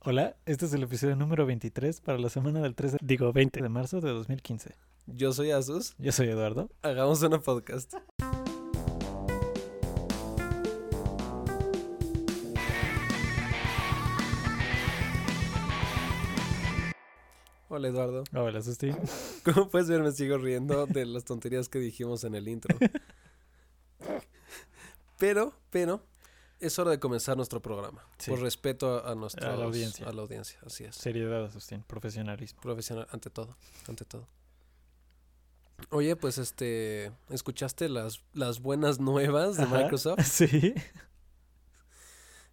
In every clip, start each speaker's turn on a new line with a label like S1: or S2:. S1: Hola, este es el episodio número 23 para la semana del 3 de, digo 20 de marzo de 2015.
S2: Yo soy Asus.
S1: Yo soy Eduardo.
S2: Hagamos una podcast. Hola Eduardo.
S1: Hola, Susti.
S2: Como puedes ver, me sigo riendo de las tonterías que dijimos en el intro. Pero, pero, es hora de comenzar nuestro programa.
S1: Sí.
S2: Por respeto a, a nuestra
S1: A la audiencia.
S2: A la audiencia, así es.
S1: Seriedad, Asustín, profesionalismo.
S2: Profesional, ante todo, ante todo. Oye, pues este, ¿escuchaste las, las buenas nuevas de
S1: Ajá.
S2: Microsoft?
S1: Sí,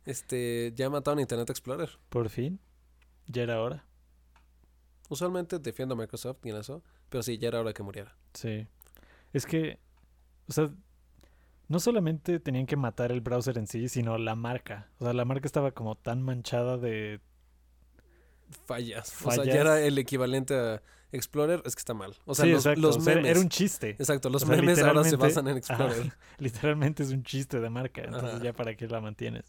S2: Este, ya mataron a Internet Explorer.
S1: por fin. Ya era hora.
S2: Usualmente defiendo a Microsoft y en eso, pero sí, ya era hora que muriera.
S1: Sí. Es que, o sea, no solamente tenían que matar el browser en sí, sino la marca. O sea, la marca estaba como tan manchada de...
S2: Fallas. O sea,
S1: Fallas.
S2: ya era el equivalente a Explorer, es que está mal. O sea,
S1: sí,
S2: los,
S1: exacto.
S2: los
S1: o sea,
S2: memes.
S1: era un chiste.
S2: Exacto, los
S1: o sea,
S2: memes ahora se
S1: literalmente-
S2: basan en Explorer.
S1: Ajá. Literalmente es un chiste de marca. Entonces
S2: Ajá.
S1: ya para qué la mantienes.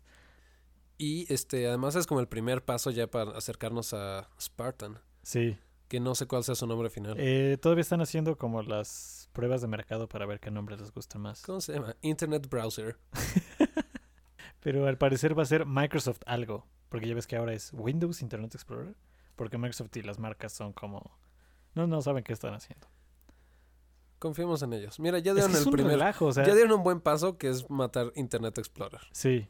S2: Y este, además es como el primer paso ya para acercarnos a Spartan,
S1: Sí.
S2: que no sé cuál sea su nombre final.
S1: Eh, todavía están haciendo como las pruebas de mercado para ver qué nombre les gusta más.
S2: ¿Cómo se llama? Internet Browser.
S1: Pero al parecer va a ser Microsoft algo. Porque ya ves que ahora es Windows Internet Explorer. Porque Microsoft y las marcas son como... No, no saben qué están haciendo.
S2: Confiemos en ellos. Mira, ya
S1: Es,
S2: dieron
S1: que es
S2: el
S1: un
S2: primer.
S1: relajo, o sea...
S2: Ya dieron un buen paso que es matar Internet Explorer.
S1: Sí.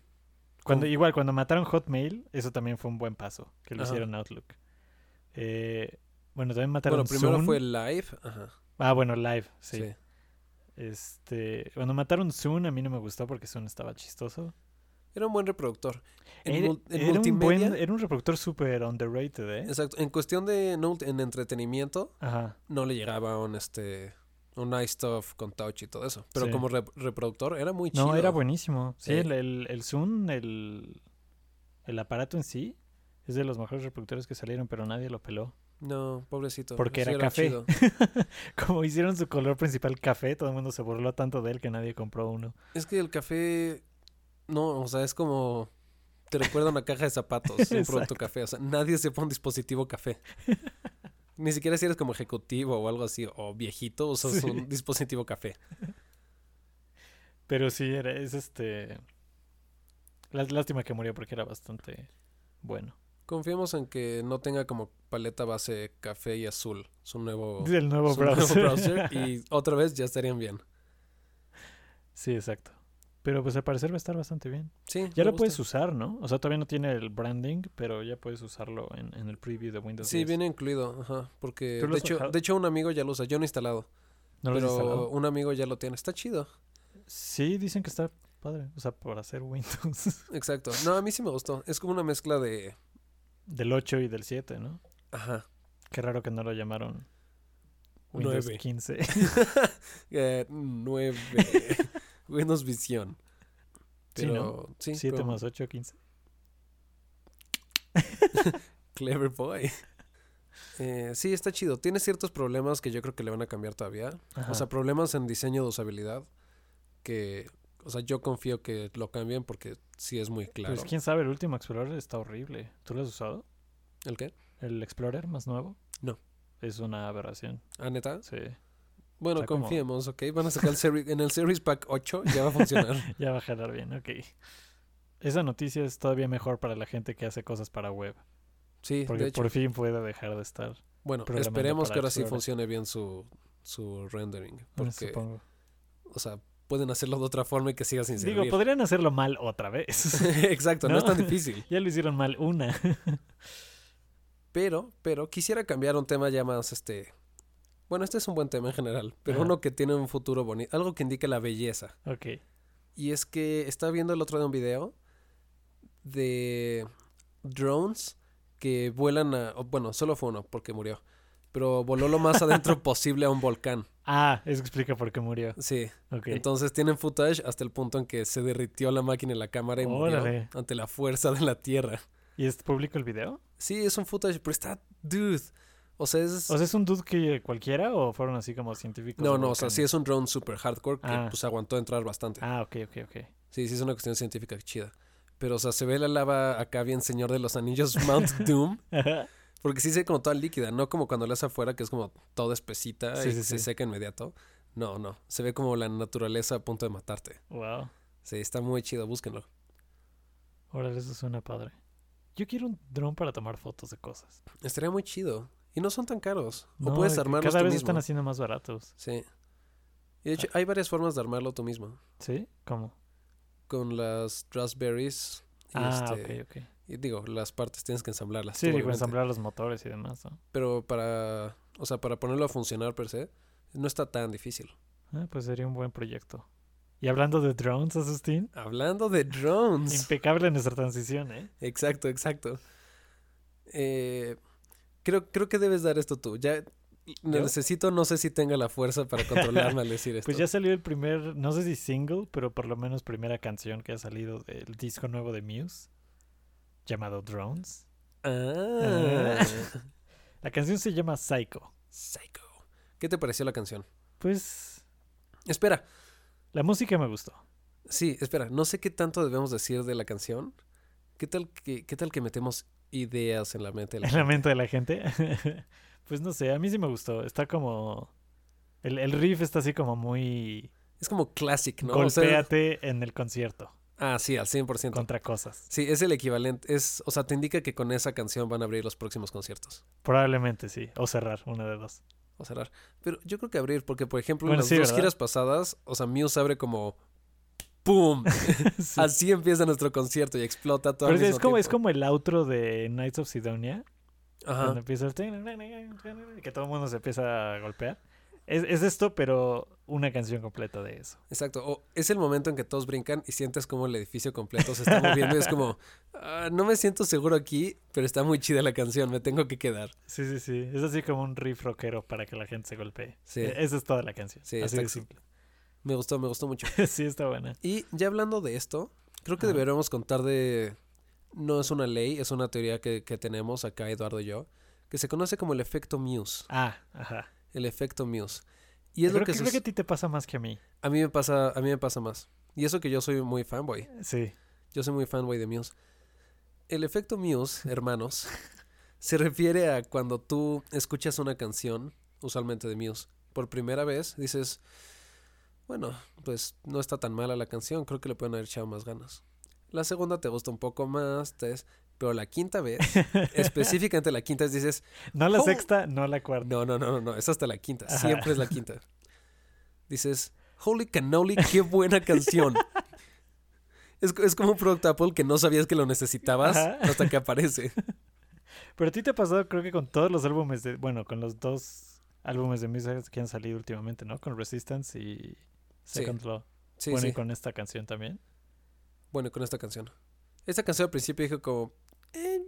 S1: Cuando,
S2: Con-
S1: igual, cuando mataron Hotmail, eso también fue un buen paso. Que lo
S2: Ajá.
S1: hicieron Outlook. Eh, bueno, también mataron
S2: Bueno, primero
S1: Zoom.
S2: fue Live. Ajá.
S1: Ah, bueno, Live, sí.
S2: Sí.
S1: Este, cuando mataron Zoom, a mí no me gustó porque Zoom estaba chistoso.
S2: Era un buen reproductor. En,
S1: Era,
S2: mul- en
S1: era un
S2: multimedia.
S1: buen, era un reproductor súper underrated, ¿eh?
S2: Exacto. En cuestión de no, en entretenimiento,
S1: Ajá.
S2: no le llegaba un este un iStuff con touch y todo eso. Pero
S1: Sí.
S2: como rep- reproductor era muy chido. Eh.
S1: No, era buenísimo. Sí,
S2: Sí.
S1: el, el- el Zoom, el, el aparato en sí, es de los mejores reproductores que salieron, pero nadie lo peló.
S2: No, pobrecito.
S1: Porque
S2: sí
S1: era café.
S2: chido.
S1: Como hicieron su color principal café, todo el mundo se burló tanto de él que nadie compró uno.
S2: Es que el café no, o sea, es como te recuerda una caja de zapatos, un
S1: Exacto.
S2: producto café, o sea, nadie se pone un dispositivo café. Ni siquiera si eres como ejecutivo o algo así o viejito, usas
S1: Sí.
S2: un dispositivo café.
S1: Pero sí, era, es este... lá- Lástima que murió porque era bastante bueno.
S2: Confiemos en que no tenga como paleta base café y azul, su nuevo,
S1: Es el nuevo
S2: su Oh, nuevo
S1: browser.
S2: browser, y otra vez ya estarían bien.
S1: Sí, exacto. Pero pues al parecer va a estar bastante bien.
S2: Sí,
S1: Ya
S2: me
S1: lo puedes
S2: gusta.
S1: usar, ¿no? O sea, todavía no tiene el branding, pero ya puedes usarlo en, en el preview de Windows
S2: Sí,
S1: 10.
S2: viene incluido, ajá, porque
S1: ¿Tú lo
S2: de
S1: has
S2: hecho,
S1: bajado?
S2: de hecho un amigo ya lo usa, yo no he instalado,
S1: ¿No lo has
S2: pero
S1: instalado?
S2: un amigo ya lo tiene, está chido.
S1: Sí, dicen que está padre. O sea, para hacer Windows.
S2: Exacto. No, a mí sí me gustó. Es como una mezcla de.
S1: del 8 y del 7, ¿no?
S2: Ajá.
S1: Qué raro que no lo llamaron Windows
S2: Nueve.
S1: 15.
S2: Eh, nueve. Windows Visión.
S1: Sí,
S2: Pero. Sí,
S1: 7
S2: pero
S1: más 8, 15.
S2: Clever Boy. Eh, sí, está chido. Tiene ciertos problemas que yo creo que le van a cambiar todavía.
S1: Ajá. Pues
S2: O sea, problemas en diseño de usabilidad. Que. O sea, yo confío que lo cambien porque sí es muy claro.
S1: Pues quién sabe, el último Explorer está horrible. ¿Tú lo has usado?
S2: ¿El qué?
S1: ¿El Explorer más nuevo?
S2: No.
S1: Es una aberración.
S2: ¿Ah, neta?
S1: Sí.
S2: Bueno,
S1: sea, como-
S2: confiemos, ¿ok? Van a sacar el seri- en el Series Pack 8 ya va a funcionar.
S1: Ya va a jalar bien, ok. Esa noticia es todavía mejor para la gente que hace cosas para web.
S2: Sí, de
S1: Porque
S2: hecho.
S1: por fin puede dejar de estar.
S2: Bueno,
S1: programando
S2: esperemos
S1: para
S2: que ahora sí
S1: Explorer.
S2: funcione bien su, su rendering.
S1: Bueno,
S2: Porque,
S1: supongo.
S2: o sea, pueden hacerlo de otra forma y que siga sin
S1: Digo,
S2: servir.
S1: podrían hacerlo mal otra vez.
S2: Exacto, no.
S1: ¿No?
S2: es tan difícil.
S1: ya lo hicieron mal una.
S2: Pero, pero quisiera cambiar un tema ya más, este... Bueno, este es un buen tema en general, pero
S1: Ajá.
S2: uno que tiene un futuro bonito, algo que indique la belleza.
S1: ok.
S2: Y es que estaba viendo el otro día un video de drones que vuelan a... o, Bueno, solo fue uno porque murió, pero voló lo más adentro posible a un volcán.
S1: Ah, eso explica por qué murió.
S2: Sí.
S1: Ok.
S2: Entonces tienen footage hasta el punto en que se derritió la máquina y la cámara y
S1: Órale.
S2: murió ante la fuerza de la tierra.
S1: ¿Y es público el video?
S2: Sí, es un footage, pero está dude. O sea, es
S1: O sea, ¿es un dude que cualquiera o fueron así como científicos?
S2: no,
S1: de
S2: no, o sea, sí
S1: volcanes?
S2: es un drone super hardcore que
S1: Ah.
S2: pues aguantó entrar bastante.
S1: Ah, ok, ok, ok.
S2: Sí, sí es una cuestión científica chida. Pero, o sea, se ve la lava acá bien Señor de los Anillos Mount Doom. Porque sí se ve como toda líquida, no como cuando la haces afuera, que es como toda espesita
S1: Sí,
S2: y
S1: sí, sí.
S2: se seca inmediato. No, no. Se ve como la naturaleza a punto de matarte.
S1: wow.
S2: Sí, está muy chido, búsquenlo.
S1: Órale, eso suena padre. Yo quiero un dron para tomar fotos de cosas.
S2: Estaría muy chido. Y no son tan caros.
S1: No,
S2: o puedes
S1: que
S2: armarlos
S1: Cada
S2: tú
S1: vez
S2: mismo.
S1: están haciendo más baratos.
S2: Sí. Y de hecho, hay varias formas de armarlo tú mismo.
S1: ¿Sí? ¿Cómo?
S2: Con las raspberries. Y
S1: ah,
S2: este,
S1: ok, ok.
S2: y digo, las partes tienes que ensamblarlas.
S1: Sí,
S2: tú,
S1: digo,
S2: obviamente.
S1: ensamblar los motores y demás. ¿no?
S2: Pero para, o sea, para ponerlo a funcionar per se, no está tan difícil.
S1: Ah, pues sería un buen proyecto. Y hablando de drones, Asustín,
S2: Hablando de drones.
S1: impecable nuestra transición, ¿eh?
S2: exacto, exacto. Eh, creo, creo que debes dar esto tú. Ya necesito, no sé si tenga la fuerza para controlarme al decir esto.
S1: Pues ya salió el primer, no sé si single, pero por lo menos primera canción que ha salido del disco nuevo de Muse, llamado Drones.
S2: Ah.
S1: La canción se llama Psycho.
S2: Psycho. ¿Qué te pareció la canción?
S1: Pues
S2: Espera,
S1: la música me gustó.
S2: sí, espera. No sé qué tanto debemos decir de la canción. ¿Qué tal que, qué tal que metemos ideas en la mente de la
S1: El lamento de la gente. pues no sé, a mí sí me gustó. Está como... El, el riff está así como muy...
S2: Es como classic, ¿no? O sea,
S1: golpéate en el concierto
S2: ah, sí, al 100%.
S1: contra cosas.
S2: Sí, es el equivalente. Es, o sea, te indica que con esa canción van a abrir los próximos conciertos.
S1: Probablemente sí. O cerrar, una de dos.
S2: O cerrar. Pero yo creo que abrir, porque por ejemplo,
S1: Bueno,
S2: en las
S1: sí,
S2: dos
S1: ¿verdad?
S2: giras pasadas, o sea, Muse abre como ¡Pum!
S1: Sí.
S2: Así empieza nuestro concierto y explota todo
S1: Pero
S2: al mismo
S1: es, como, es
S2: tiempo. Ah.
S1: como el outro de Knights of Sidonia. cuando
S2: Ajá.
S1: empieza el tin- que todo el mundo se empieza a golpear. Es, es esto, pero una canción completa de eso.
S2: Exacto. O es el momento en que todos brincan y sientes como el edificio completo se está moviendo y es como, "Ah, no me siento seguro aquí, pero está muy chida la canción, me tengo que quedar.
S1: Sí, sí, sí. Es así como un riff rockero para que la gente se golpee.
S2: Sí.
S1: E- Esa es toda la canción.
S2: Sí,
S1: así
S2: está
S1: de
S2: ex-
S1: simple.
S2: Me gustó, me gustó mucho.
S1: sí, está buena.
S2: Y ya hablando de esto, creo que
S1: Ajá.
S2: deberíamos contar de... No es una ley, es una teoría que, que tenemos acá Eduardo y yo, que se conoce como el efecto Muse.
S1: Ah, ajá.
S2: El efecto Muse. Y es
S1: creo
S2: lo que,
S1: creo
S2: sus-
S1: a ti te pasa más que a mí.
S2: a mí me pasa a mí me pasa más. Y eso que yo soy muy fanboy.
S1: Sí.
S2: Yo soy muy fanboy de Muse. El efecto Muse, hermanos, se refiere a cuando tú escuchas una canción, usualmente de Muse, por primera vez, dices, bueno, pues no está tan mala la canción, creo que le pueden haber echado más ganas. La segunda te gusta un poco más, tres, pero la quinta vez, específicamente la quinta, vez dices,
S1: No la
S2: Oh.
S1: sexta, no la cuarta.
S2: no, no, no, no, no, es hasta la quinta,
S1: Ajá.
S2: siempre es la quinta. Dices, holy cannoli, qué buena canción. Es, co- es como un producto Apple que no sabías que lo necesitabas
S1: Ajá.
S2: hasta que aparece.
S1: Pero a ti te ha pasado, creo que con todos los álbumes de. Bueno, con los dos álbumes de Muse que han salido últimamente, ¿no? Con Resistance y Second Law.
S2: Sí,
S1: bueno,
S2: sí.
S1: y con esta canción también.
S2: Bueno, y con esta canción. Esta canción al principio dije como... "Eh,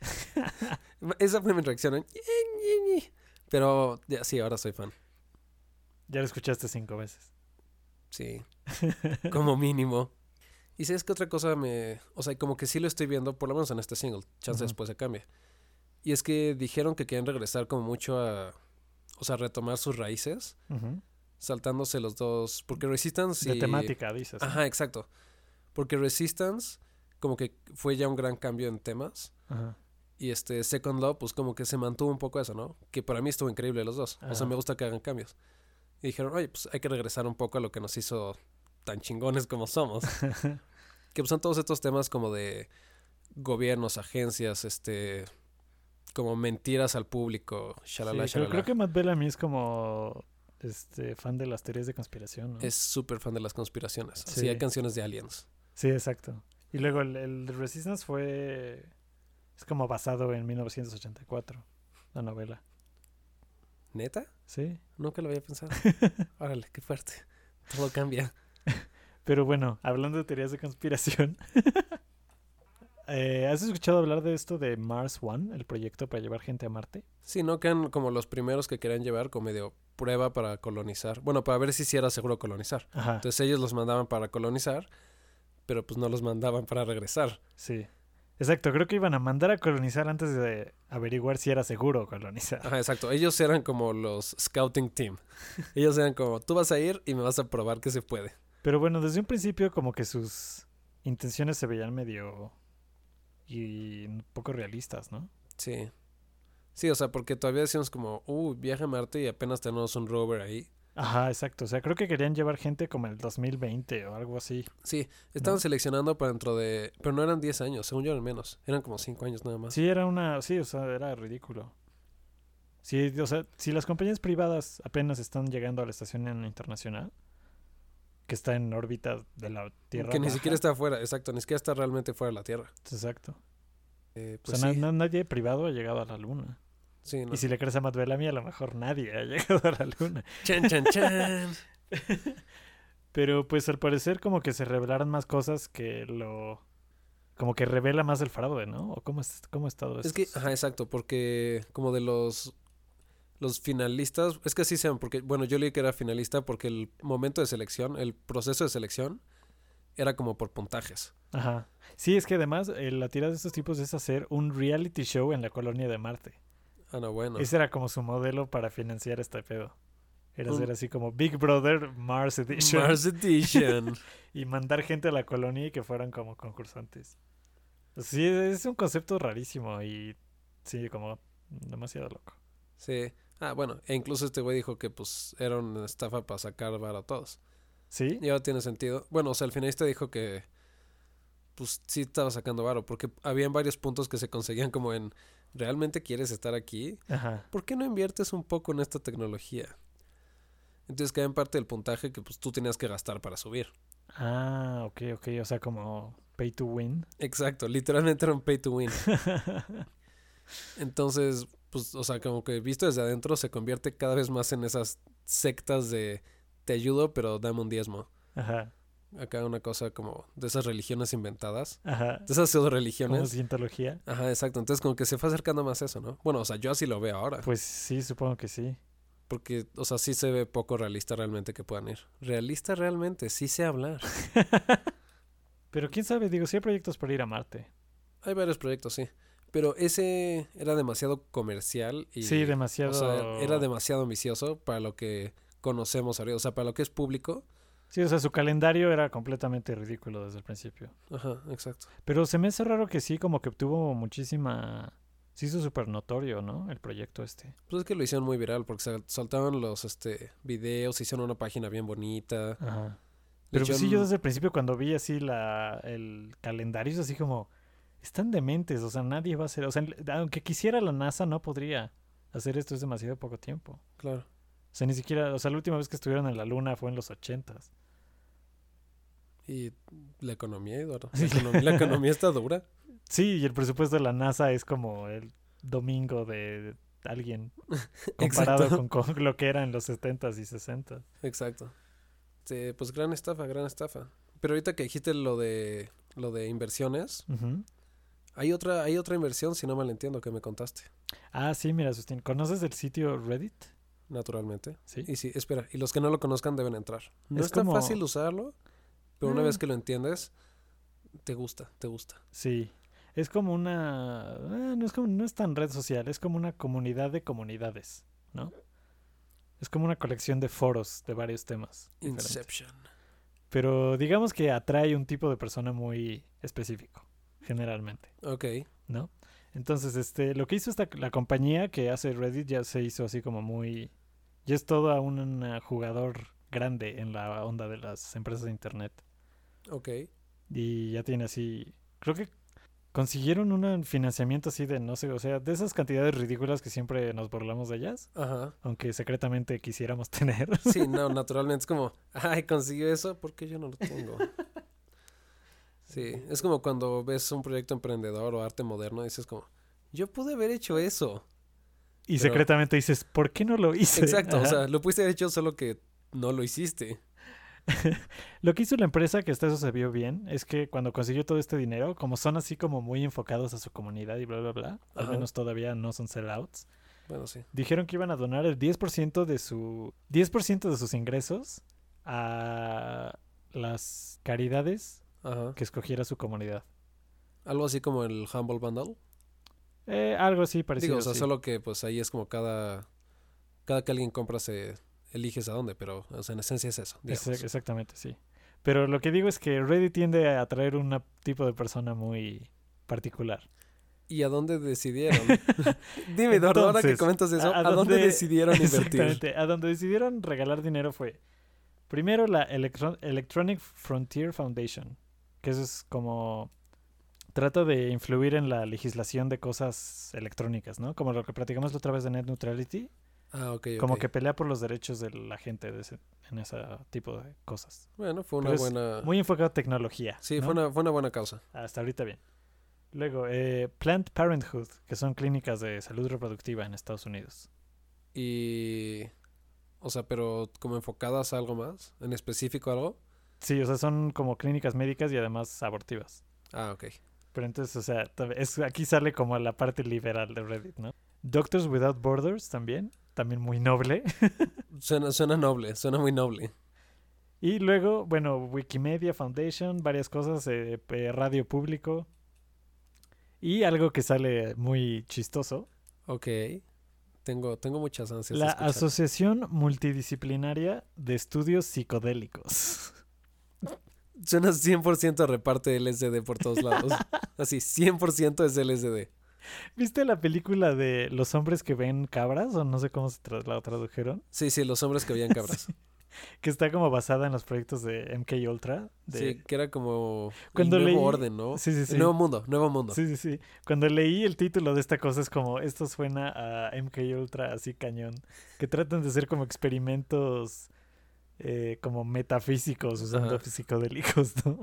S2: eh". Esa fue mi reacción. ¿eh? "Eh, eh, eh". Pero ya, sí, ahora soy fan.
S1: Ya la escuchaste cinco veces.
S2: Sí. Como mínimo. Y sabes que otra cosa me. O sea, como que sí lo estoy viendo, por lo menos en este single. Chance
S1: Ujú.
S2: después se cambia. Y es que dijeron que quieren regresar como mucho a. O sea, retomar sus raíces,
S1: Ujú.
S2: saltándose los dos. Porque Resistance.
S1: De
S2: y-
S1: temática, dices. ¿no?
S2: Ajá, exacto. Porque Resistance, como que fue ya un gran cambio en temas.
S1: Ajá.
S2: Y este Second Love, pues como que se mantuvo un poco eso, ¿no? Que para mí estuvo increíble los dos. O
S1: Ajá.
S2: sea, me gusta que hagan cambios. Y dijeron, oye, pues hay que regresar un poco a lo que nos hizo tan chingones como somos. que pues son todos estos temas como de gobiernos, agencias, este... Como mentiras al público, shalala,
S1: Sí, creo,
S2: shalala.
S1: creo que Matt Bellamy es como este fan de las teorías de conspiración, ¿no?
S2: Es súper fan de las conspiraciones. Así
S1: Sí.
S2: hay canciones de aliens.
S1: Sí, exacto. Y luego el, el de Resistance fue es como basado en 1984, la novela.
S2: ¿Neta?
S1: Sí.
S2: Nunca lo había pensado. Órale, qué fuerte. Todo cambia.
S1: Pero bueno, hablando de teorías de conspiración, eh, ¿has escuchado hablar de esto de Mars One, el proyecto para llevar gente a Marte?
S2: Sí, no quedan como los primeros que querían llevar como medio prueba para colonizar. Bueno, para ver si sí era seguro colonizar.
S1: Ajá.
S2: Entonces ellos los mandaban para colonizar, pero pues no los mandaban para regresar.
S1: Sí. Exacto, creo que iban a mandar a colonizar antes de averiguar si era seguro colonizar.
S2: Ajá, exacto. Ellos eran como los scouting team. Ellos eran como, tú vas a ir y me vas a probar que se puede.
S1: Pero bueno, desde un principio como que sus intenciones se veían medio y un poco realistas, ¿no?
S2: Sí. Sí, o sea, porque todavía decíamos como, uh, viaje a Marte y apenas tenemos un rover ahí.
S1: Ajá, exacto. O sea, creo que querían llevar gente como el 2020 o algo así.
S2: Sí, estaban
S1: No.
S2: seleccionando para dentro de... Pero no eran 10 años, según yo al menos. Eran como 5 años nada más.
S1: Sí, era una. Sí, o sea, era ridículo. Sí, o sea, si las compañías privadas apenas están llegando a la estación en- internacional, que está en órbita de la Tierra.
S2: que ni
S1: baja,
S2: siquiera está afuera, exacto, ni siquiera está realmente fuera de la Tierra.
S1: Exacto.
S2: Eh,
S1: O sea,
S2: pues
S1: na-
S2: sí,
S1: na- nadie privado ha llegado a la Luna.
S2: sí, no.
S1: Y si le crees a Matt Bellamy, a lo mejor nadie ha llegado a la Luna.
S2: Chan, chan, chan.
S1: Pero pues al parecer como que se revelaron más cosas que lo... Como que revela más el fraude, ¿no? ¿O cómo, es, cómo ha estado eso?
S2: Es que, ajá, exacto, porque como de los los finalistas, es que así sean, porque, bueno, yo leí que era finalista porque el momento de selección, el proceso de selección, era como por puntajes.
S1: Ajá. Sí, es que además eh, la tirada de estos tipos es hacer un reality show en la colonia de Marte.
S2: Ah, no, bueno.
S1: Ese era como su modelo para financiar este pedo. Era
S2: Un-
S1: hacer así como Big Brother Mars Edition
S2: Mars Edition.
S1: y mandar gente a la colonia y que fueran como concursantes. Sí, es un concepto rarísimo y sí, como demasiado loco.
S2: sí. Ah, bueno, e incluso este güey dijo que pues era una estafa para sacar varo a todos.
S1: ¿Sí?
S2: Y ahora tiene sentido. Bueno, o sea, el finalista dijo que pues sí estaba sacando varo, porque habían varios puntos que se conseguían como en, ¿realmente quieres estar aquí?
S1: Ajá.
S2: ¿por qué no inviertes un poco en esta tecnología? Entonces cae en parte del puntaje que pues tú tenías que gastar para subir.
S1: Ah, ok, ok. O sea, como pay to win.
S2: Exacto, literalmente era un pay to win. Entonces, pues, o sea, como que visto desde adentro se convierte cada vez más en esas sectas de te ayudo, pero dame un diezmo.
S1: Ajá,
S2: Acá una cosa como de esas religiones inventadas,
S1: ajá.
S2: de esas pseudo
S1: Como
S2: religiones.
S1: cientología.
S2: Ajá, exacto. Entonces como que se fue acercando más a eso, ¿no? Bueno, o sea, yo así lo veo ahora.
S1: Pues sí, supongo que sí.
S2: Porque, o sea, sí se ve poco realista realmente que puedan ir. Realista realmente, sí sé hablar.
S1: Pero quién sabe, digo, sí hay proyectos para ir a Marte.
S2: Hay varios proyectos, sí. Pero ese era demasiado comercial y...
S1: sí,
S2: o
S1: demasiado.
S2: sea, era demasiado ambicioso para lo que conocemos ahorita. O sea, para lo que es público.
S1: Sí, o sea, su calendario era completamente ridículo desde el principio.
S2: Ajá, exacto.
S1: Pero se me hace raro que sí, como que obtuvo muchísima. Se hizo súper notorio, ¿no? El proyecto este.
S2: Pues es que lo hicieron muy viral porque se soltaban los este, videos, hicieron una página bien bonita.
S1: Ajá.
S2: le
S1: Pero pues sí,
S2: echaron-
S1: yo desde el principio, cuando vi así la, el calendario, es así como. Están dementes, o sea, nadie va a hacer. O sea, aunque quisiera la NASA, no podría hacer esto, es demasiado poco tiempo.
S2: Claro.
S1: O sea, ni siquiera, o sea, la última vez que estuvieron en la luna fue en los ochentas.
S2: Y la economía, Eduardo. La economía, la economía está dura.
S1: Sí, y el presupuesto de la NASA es como el domingo de alguien comparado
S2: Exacto.
S1: con, con lo que era en los setentas y sesentas.
S2: Exacto. Este, pues gran estafa, gran estafa. Pero ahorita que dijiste lo de lo de inversiones,
S1: Ujú.
S2: hay otra hay otra inversión, si no mal entiendo, que me contaste,
S1: Ah, sí, mira, Sustín, ¿conoces el sitio Reddit?
S2: naturalmente.
S1: Sí.
S2: Y sí, espera, y los que no lo conozcan deben entrar. No
S1: Es
S2: es, tan
S1: como-
S2: fácil usarlo, pero una
S1: Mm.
S2: vez que lo entiendes, te gusta, te gusta.
S1: Sí. Es como una... ah, no, es como, no es tan red social, es como una comunidad de comunidades, ¿no? Es como una colección de foros de varios temas. diferentes.
S2: Inception.
S1: Pero digamos que atrae un tipo de persona muy específico, generalmente.
S2: Ok.
S1: ¿no? Entonces, este, lo que hizo esta, la compañía que hace Reddit ya se hizo así como muy... Ya es todo un, una jugador grande en la onda de las empresas de Internet.
S2: Ok.
S1: Y ya tiene así... Creo que consiguieron un financiamiento así de, no sé, o sea, de esas cantidades ridículas que siempre nos burlamos de ellas,
S2: Ajá.
S1: aunque secretamente quisiéramos tener.
S2: Sí, no, naturalmente es como, ay, consiguió eso, porque yo no lo tengo? Sí, es como cuando ves un proyecto emprendedor o arte moderno y dices como, yo pude haber hecho eso.
S1: Y
S2: Pero-
S1: secretamente dices, ¿por qué no lo hice?
S2: Exacto, o
S1: Ajá.
S2: sea, lo pudiste haber hecho solo que no lo hiciste.
S1: Lo que hizo la empresa, que hasta eso se vio bien, es que cuando consiguió todo este dinero, como son así como muy enfocados a su comunidad y bla, bla, bla, al
S2: Ajá.
S1: menos todavía no son sellouts,
S2: Bueno, sí.
S1: dijeron que iban a donar el 10% de su 10% de sus ingresos a las caridades
S2: Ajá.
S1: que escogiera su comunidad.
S2: Algo así como el Humble Bundle.
S1: Eh, algo así parecido.
S2: Digo, o sea,
S1: sí.
S2: solo que pues ahí es como cada cada que alguien compra se eliges a dónde, pero o sea, en esencia es eso.
S1: Ex-
S2: digamos.
S1: Exactamente, sí. Pero lo que digo es que Reddit tiende a atraer un tipo de persona muy particular.
S2: ¿Y a dónde decidieron? Dime, Eduardo, ahora que
S1: Entonces,
S2: comentas eso, ¿a, dónde, decidieron invertir?
S1: Exactamente, a donde decidieron regalar dinero fue primero la Electro- Electronic Frontier Foundation, que eso es como trata de influir en la legislación de cosas electrónicas, ¿no? Como lo que platicamos la otra vez de net neutrality,
S2: Ah, ok, ok.
S1: como que pelea por los derechos de la gente de ese- en ese tipo de cosas.
S2: Bueno, fue una
S1: Pero es
S2: buena...
S1: Muy enfocado a tecnología.
S2: Sí,
S1: ¿no?
S2: fue, una, fue una buena causa.
S1: Hasta ahorita bien. Luego, eh, Planned Parenthood, que son clínicas de salud reproductiva en Estados Unidos.
S2: Y... O sea, pero como enfocadas a algo más, en específico algo.
S1: Sí, o sea, son como clínicas médicas y además abortivas.
S2: Ah, ok.
S1: Pero entonces, o sea, tab- es, aquí sale como la parte liberal de Reddit, ¿no? Doctors Without Borders también, también muy noble.
S2: Suena, suena noble, suena muy noble.
S1: Y luego, bueno, Wikimedia Foundation, varias cosas, eh, eh, radio público. Y algo que sale muy chistoso,
S2: Ok. Tengo, tengo muchas ansias. de
S1: la
S2: escuchar.
S1: Asociación Multidisciplinaria de Estudios Psicodélicos.
S2: Suena 100% reparte LSD por todos lados. Así, 100% es LSD.
S1: ¿Viste la película de los hombres que ven cabras? O no sé cómo se tras- la tradujeron.
S2: Sí, sí, los hombres que habían cabras.
S1: Que está como basada en los proyectos de MK Ultra.
S2: Sí, que era como
S1: Cuando
S2: el nuevo
S1: leí-
S2: orden, ¿no?
S1: sí, sí.
S2: El
S1: sí.
S2: Nuevo mundo, nuevo mundo.
S1: Sí, sí, sí. Cuando leí el título de esta cosa es como, esto suena a MK Ultra así cañón, que tratan de hacer como experimentos eh, como metafísicos usando
S2: Ajá.
S1: psicodélicos, ¿no?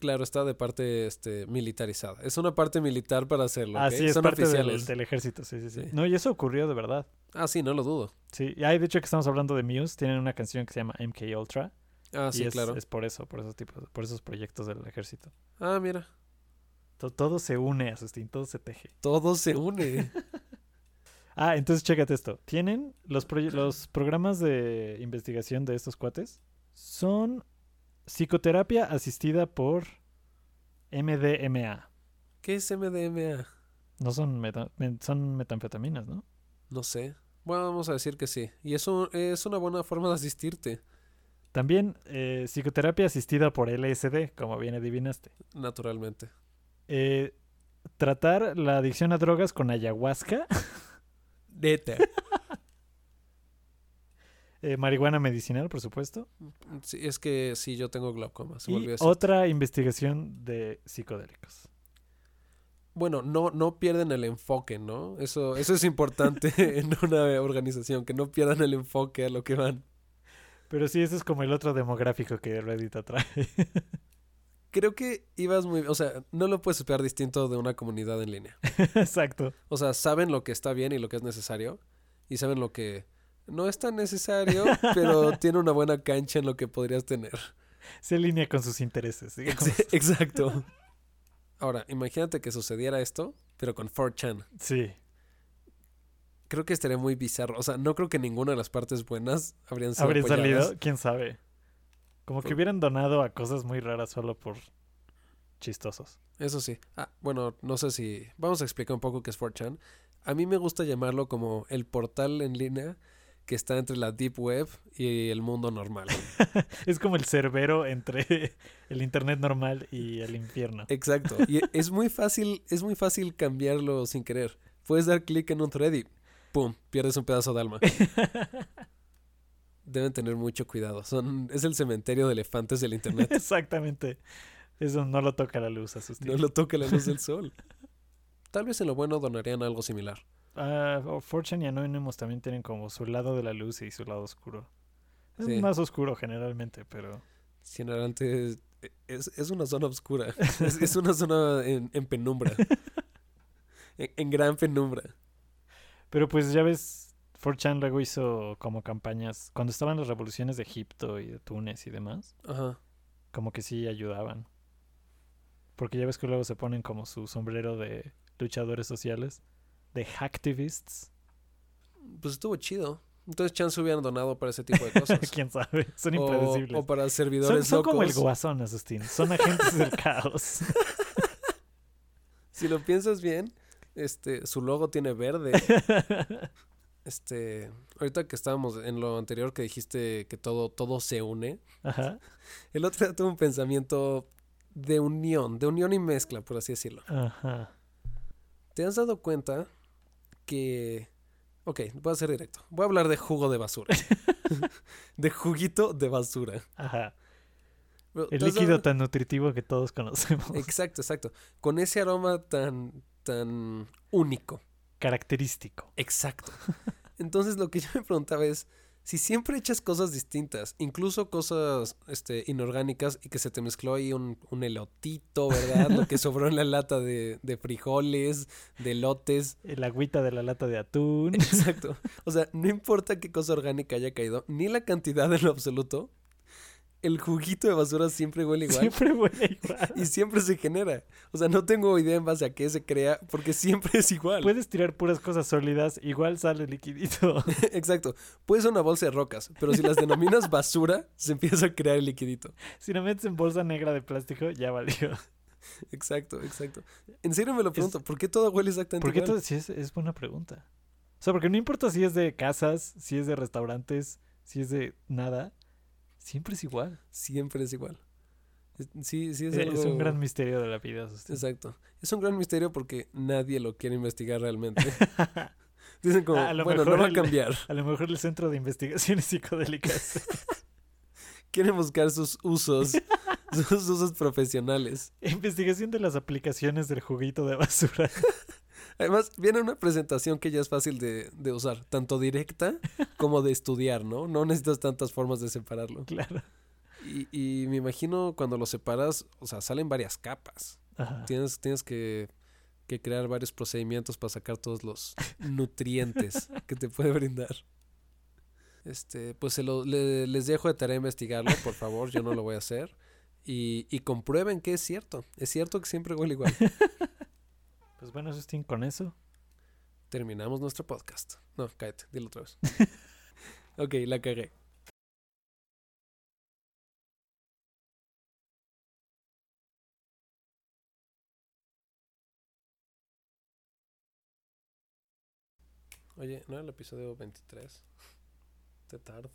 S2: Claro, está de parte este, militarizada. Es una parte militar para hacerlo. ¿ok?
S1: Así es
S2: Son
S1: parte del-
S2: oficiales.
S1: Del, ejército, sí, sí, sí,
S2: Sí.
S1: No, y eso ocurrió de verdad.
S2: Ah, sí, no lo dudo.
S1: Sí, y hay de hecho que estamos hablando de Muse, tienen una canción que se llama MK Ultra
S2: Ah,
S1: y
S2: sí,
S1: es,
S2: claro.
S1: es por eso, por esos tipos, por esos proyectos del ejército.
S2: Ah, mira.
S1: To- todo se une, Asustín, todo se teje.
S2: Todo se une.
S1: Ah, entonces chécate esto. Tienen los, proye- los programas de investigación de estos cuates. Son psicoterapia asistida por MDMA.
S2: ¿Qué es MDMA?
S1: No son, meta- men- son metanfetaminas, ¿no?
S2: No sé. Bueno, vamos a decir que sí. Y eso es una buena forma de asistirte.
S1: También eh, psicoterapia asistida por LSD, como bien adivinaste.
S2: Naturalmente.
S1: Eh, tratar la adicción a drogas con ayahuasca,
S2: Neta.
S1: eh, marihuana medicinal, por supuesto.
S2: Sí, es que sí, yo tengo glaucoma. Se me
S1: Y
S2: olvidó decir.
S1: otra investigación de psicodélicos.
S2: Bueno, no, no pierden el enfoque, ¿no? Eso, eso es importante en una organización, que no pierdan el enfoque a lo que van.
S1: Pero sí, ese es como el otro demográfico que Reddit atrae.
S2: Creo que ibas muy... O sea, no lo puedes esperar distinto de una comunidad en línea.
S1: Exacto.
S2: O sea, saben lo que está bien y lo que es necesario. Y saben lo que no es tan necesario, pero tiene una buena cancha en lo que podrías tener.
S1: se alinea con sus intereses. digamos.
S2: Sí, Exacto. Ahora, imagínate que sucediera esto, pero con 4chan.
S1: Sí.
S2: Creo que estaría muy bizarro. O sea, no creo que ninguna de las partes buenas habrían sido
S1: ¿Habría
S2: apoyadas.
S1: salido? ¿Quién sabe? Como que
S2: Fu-
S1: hubieran donado a cosas muy raras solo por chistosos.
S2: Eso sí. Ah, bueno, no sé si... Vamos a explicar un poco qué es 4chan. A mí me gusta llamarlo como el portal en línea que está entre la Deep Web y el mundo normal.
S1: Es como el cerbero entre el internet normal y el infierno.
S2: Exacto. Y es muy fácil, es muy fácil cambiarlo sin querer. Puedes dar clic en un thread y ¡pum! Pierdes un pedazo de alma. Deben tener mucho cuidado. Son, es el cementerio de elefantes del internet.
S1: Exactamente. Eso no lo toca la luz, Asustín.
S2: No lo toca la luz del sol. Tal vez en lo bueno donarían algo similar.
S1: Ah, o Fortune y Anonymous también tienen como su lado de la luz y su lado oscuro. Es
S2: Sí.
S1: más oscuro generalmente, pero...
S2: Generalmente es, e, es- es una zona oscura. Es, es una zona en, en penumbra. En, en gran penumbra.
S1: Pero pues ya ves, 4chan luego hizo como campañas, cuando estaban las revoluciones de Egipto y de Túnez y demás,
S2: Ajá.
S1: como que sí ayudaban. Porque ya ves que luego se ponen como su sombrero de luchadores sociales, de hacktivists,
S2: Pues estuvo chido. Entonces chance hubieran donado para ese tipo de cosas.
S1: quién sabe, son
S2: O-
S1: impredecibles.
S2: O, para
S1: son
S2: servidores
S1: son
S2: locos.
S1: como el guasón, Asustín, son agentes del caos.
S2: si lo piensas bien, este, su logo tiene verde. Este, ahorita que estábamos en lo anterior que dijiste que todo, todo se une,
S1: Ajá.
S2: el otro día tuve un pensamiento de unión, de unión y mezcla, por así decirlo.
S1: Ajá.
S2: ¿Te has dado cuenta que... Ok, voy a ser directo. Voy a hablar de jugo de basura. de juguito de basura.
S1: Ajá.
S2: Pero,
S1: El
S2: ¿te has dado-
S1: líquido tan nutritivo que todos conocemos.
S2: Exacto, exacto. Con ese aroma tan, tan único.
S1: Característico.
S2: Exacto. Entonces lo que yo me preguntaba es, si siempre echas cosas distintas, incluso cosas este, inorgánicas y que se te mezcló ahí un, un elotito, ¿verdad? Lo que sobró en la lata de, de frijoles, de lotes.
S1: El agüita de la lata de atún.
S2: Exacto. O sea, no importa qué cosa orgánica haya caído, ni la cantidad en lo absoluto, el juguito de basura siempre huele igual.
S1: Siempre huele igual.
S2: Y siempre se genera. O sea, no tengo idea en base a qué se crea, porque siempre es igual.
S1: Puedes tirar puras cosas sólidas, igual sale liquidito.
S2: Exacto. Puede ser una bolsa de rocas, pero si las denominas basura, se empieza a crear el liquidito.
S1: Si la metes en bolsa negra de plástico, ya valió.
S2: Exacto, exacto. En serio me lo pregunto, ¿por qué todo huele exactamente
S1: Porque
S2: igual?
S1: todo sí es, es buena pregunta. O sea, porque no importa si es de casas, si es de restaurantes, si es de nada, siempre es igual.
S2: Siempre es igual. Es- Sí, sí
S1: Eh,
S2: es,
S1: Es,
S2: algo...
S1: un gran misterio de la vida. Sustin.
S2: Exacto. Es un gran misterio porque nadie lo quiere investigar realmente. Dicen como,
S1: A lo
S2: bueno, no
S1: mejor
S2: va a
S1: el-
S2: cambiar.
S1: A lo mejor el Centro de Investigaciones Psicodélicas
S2: Quieren buscar sus usos, sus usos profesionales.
S1: Investigación de las aplicaciones del juguito de basura.
S2: Además, viene una presentación que ya es fácil de, de usar, tanto directa como de estudiar, ¿no? No necesitas tantas formas de separarlo.
S1: Claro.
S2: Y, y me imagino cuando lo separas, o sea, salen varias capas.
S1: Ajá.
S2: Tienes, tienes que, que crear varios procedimientos para sacar todos los nutrientes que te puede brindar. Este, pues se lo- le- les dejo de tarea investigarlo, por favor, yo no lo voy a hacer. Y, y comprueben que es cierto. Es cierto que siempre huele igual.
S1: Pues bueno, Justin, con eso.
S2: Terminamos nuestro podcast. No, cállate, dilo otra vez. ok, la cagué. Oye, ¿no era el episodio 23? Te tardo.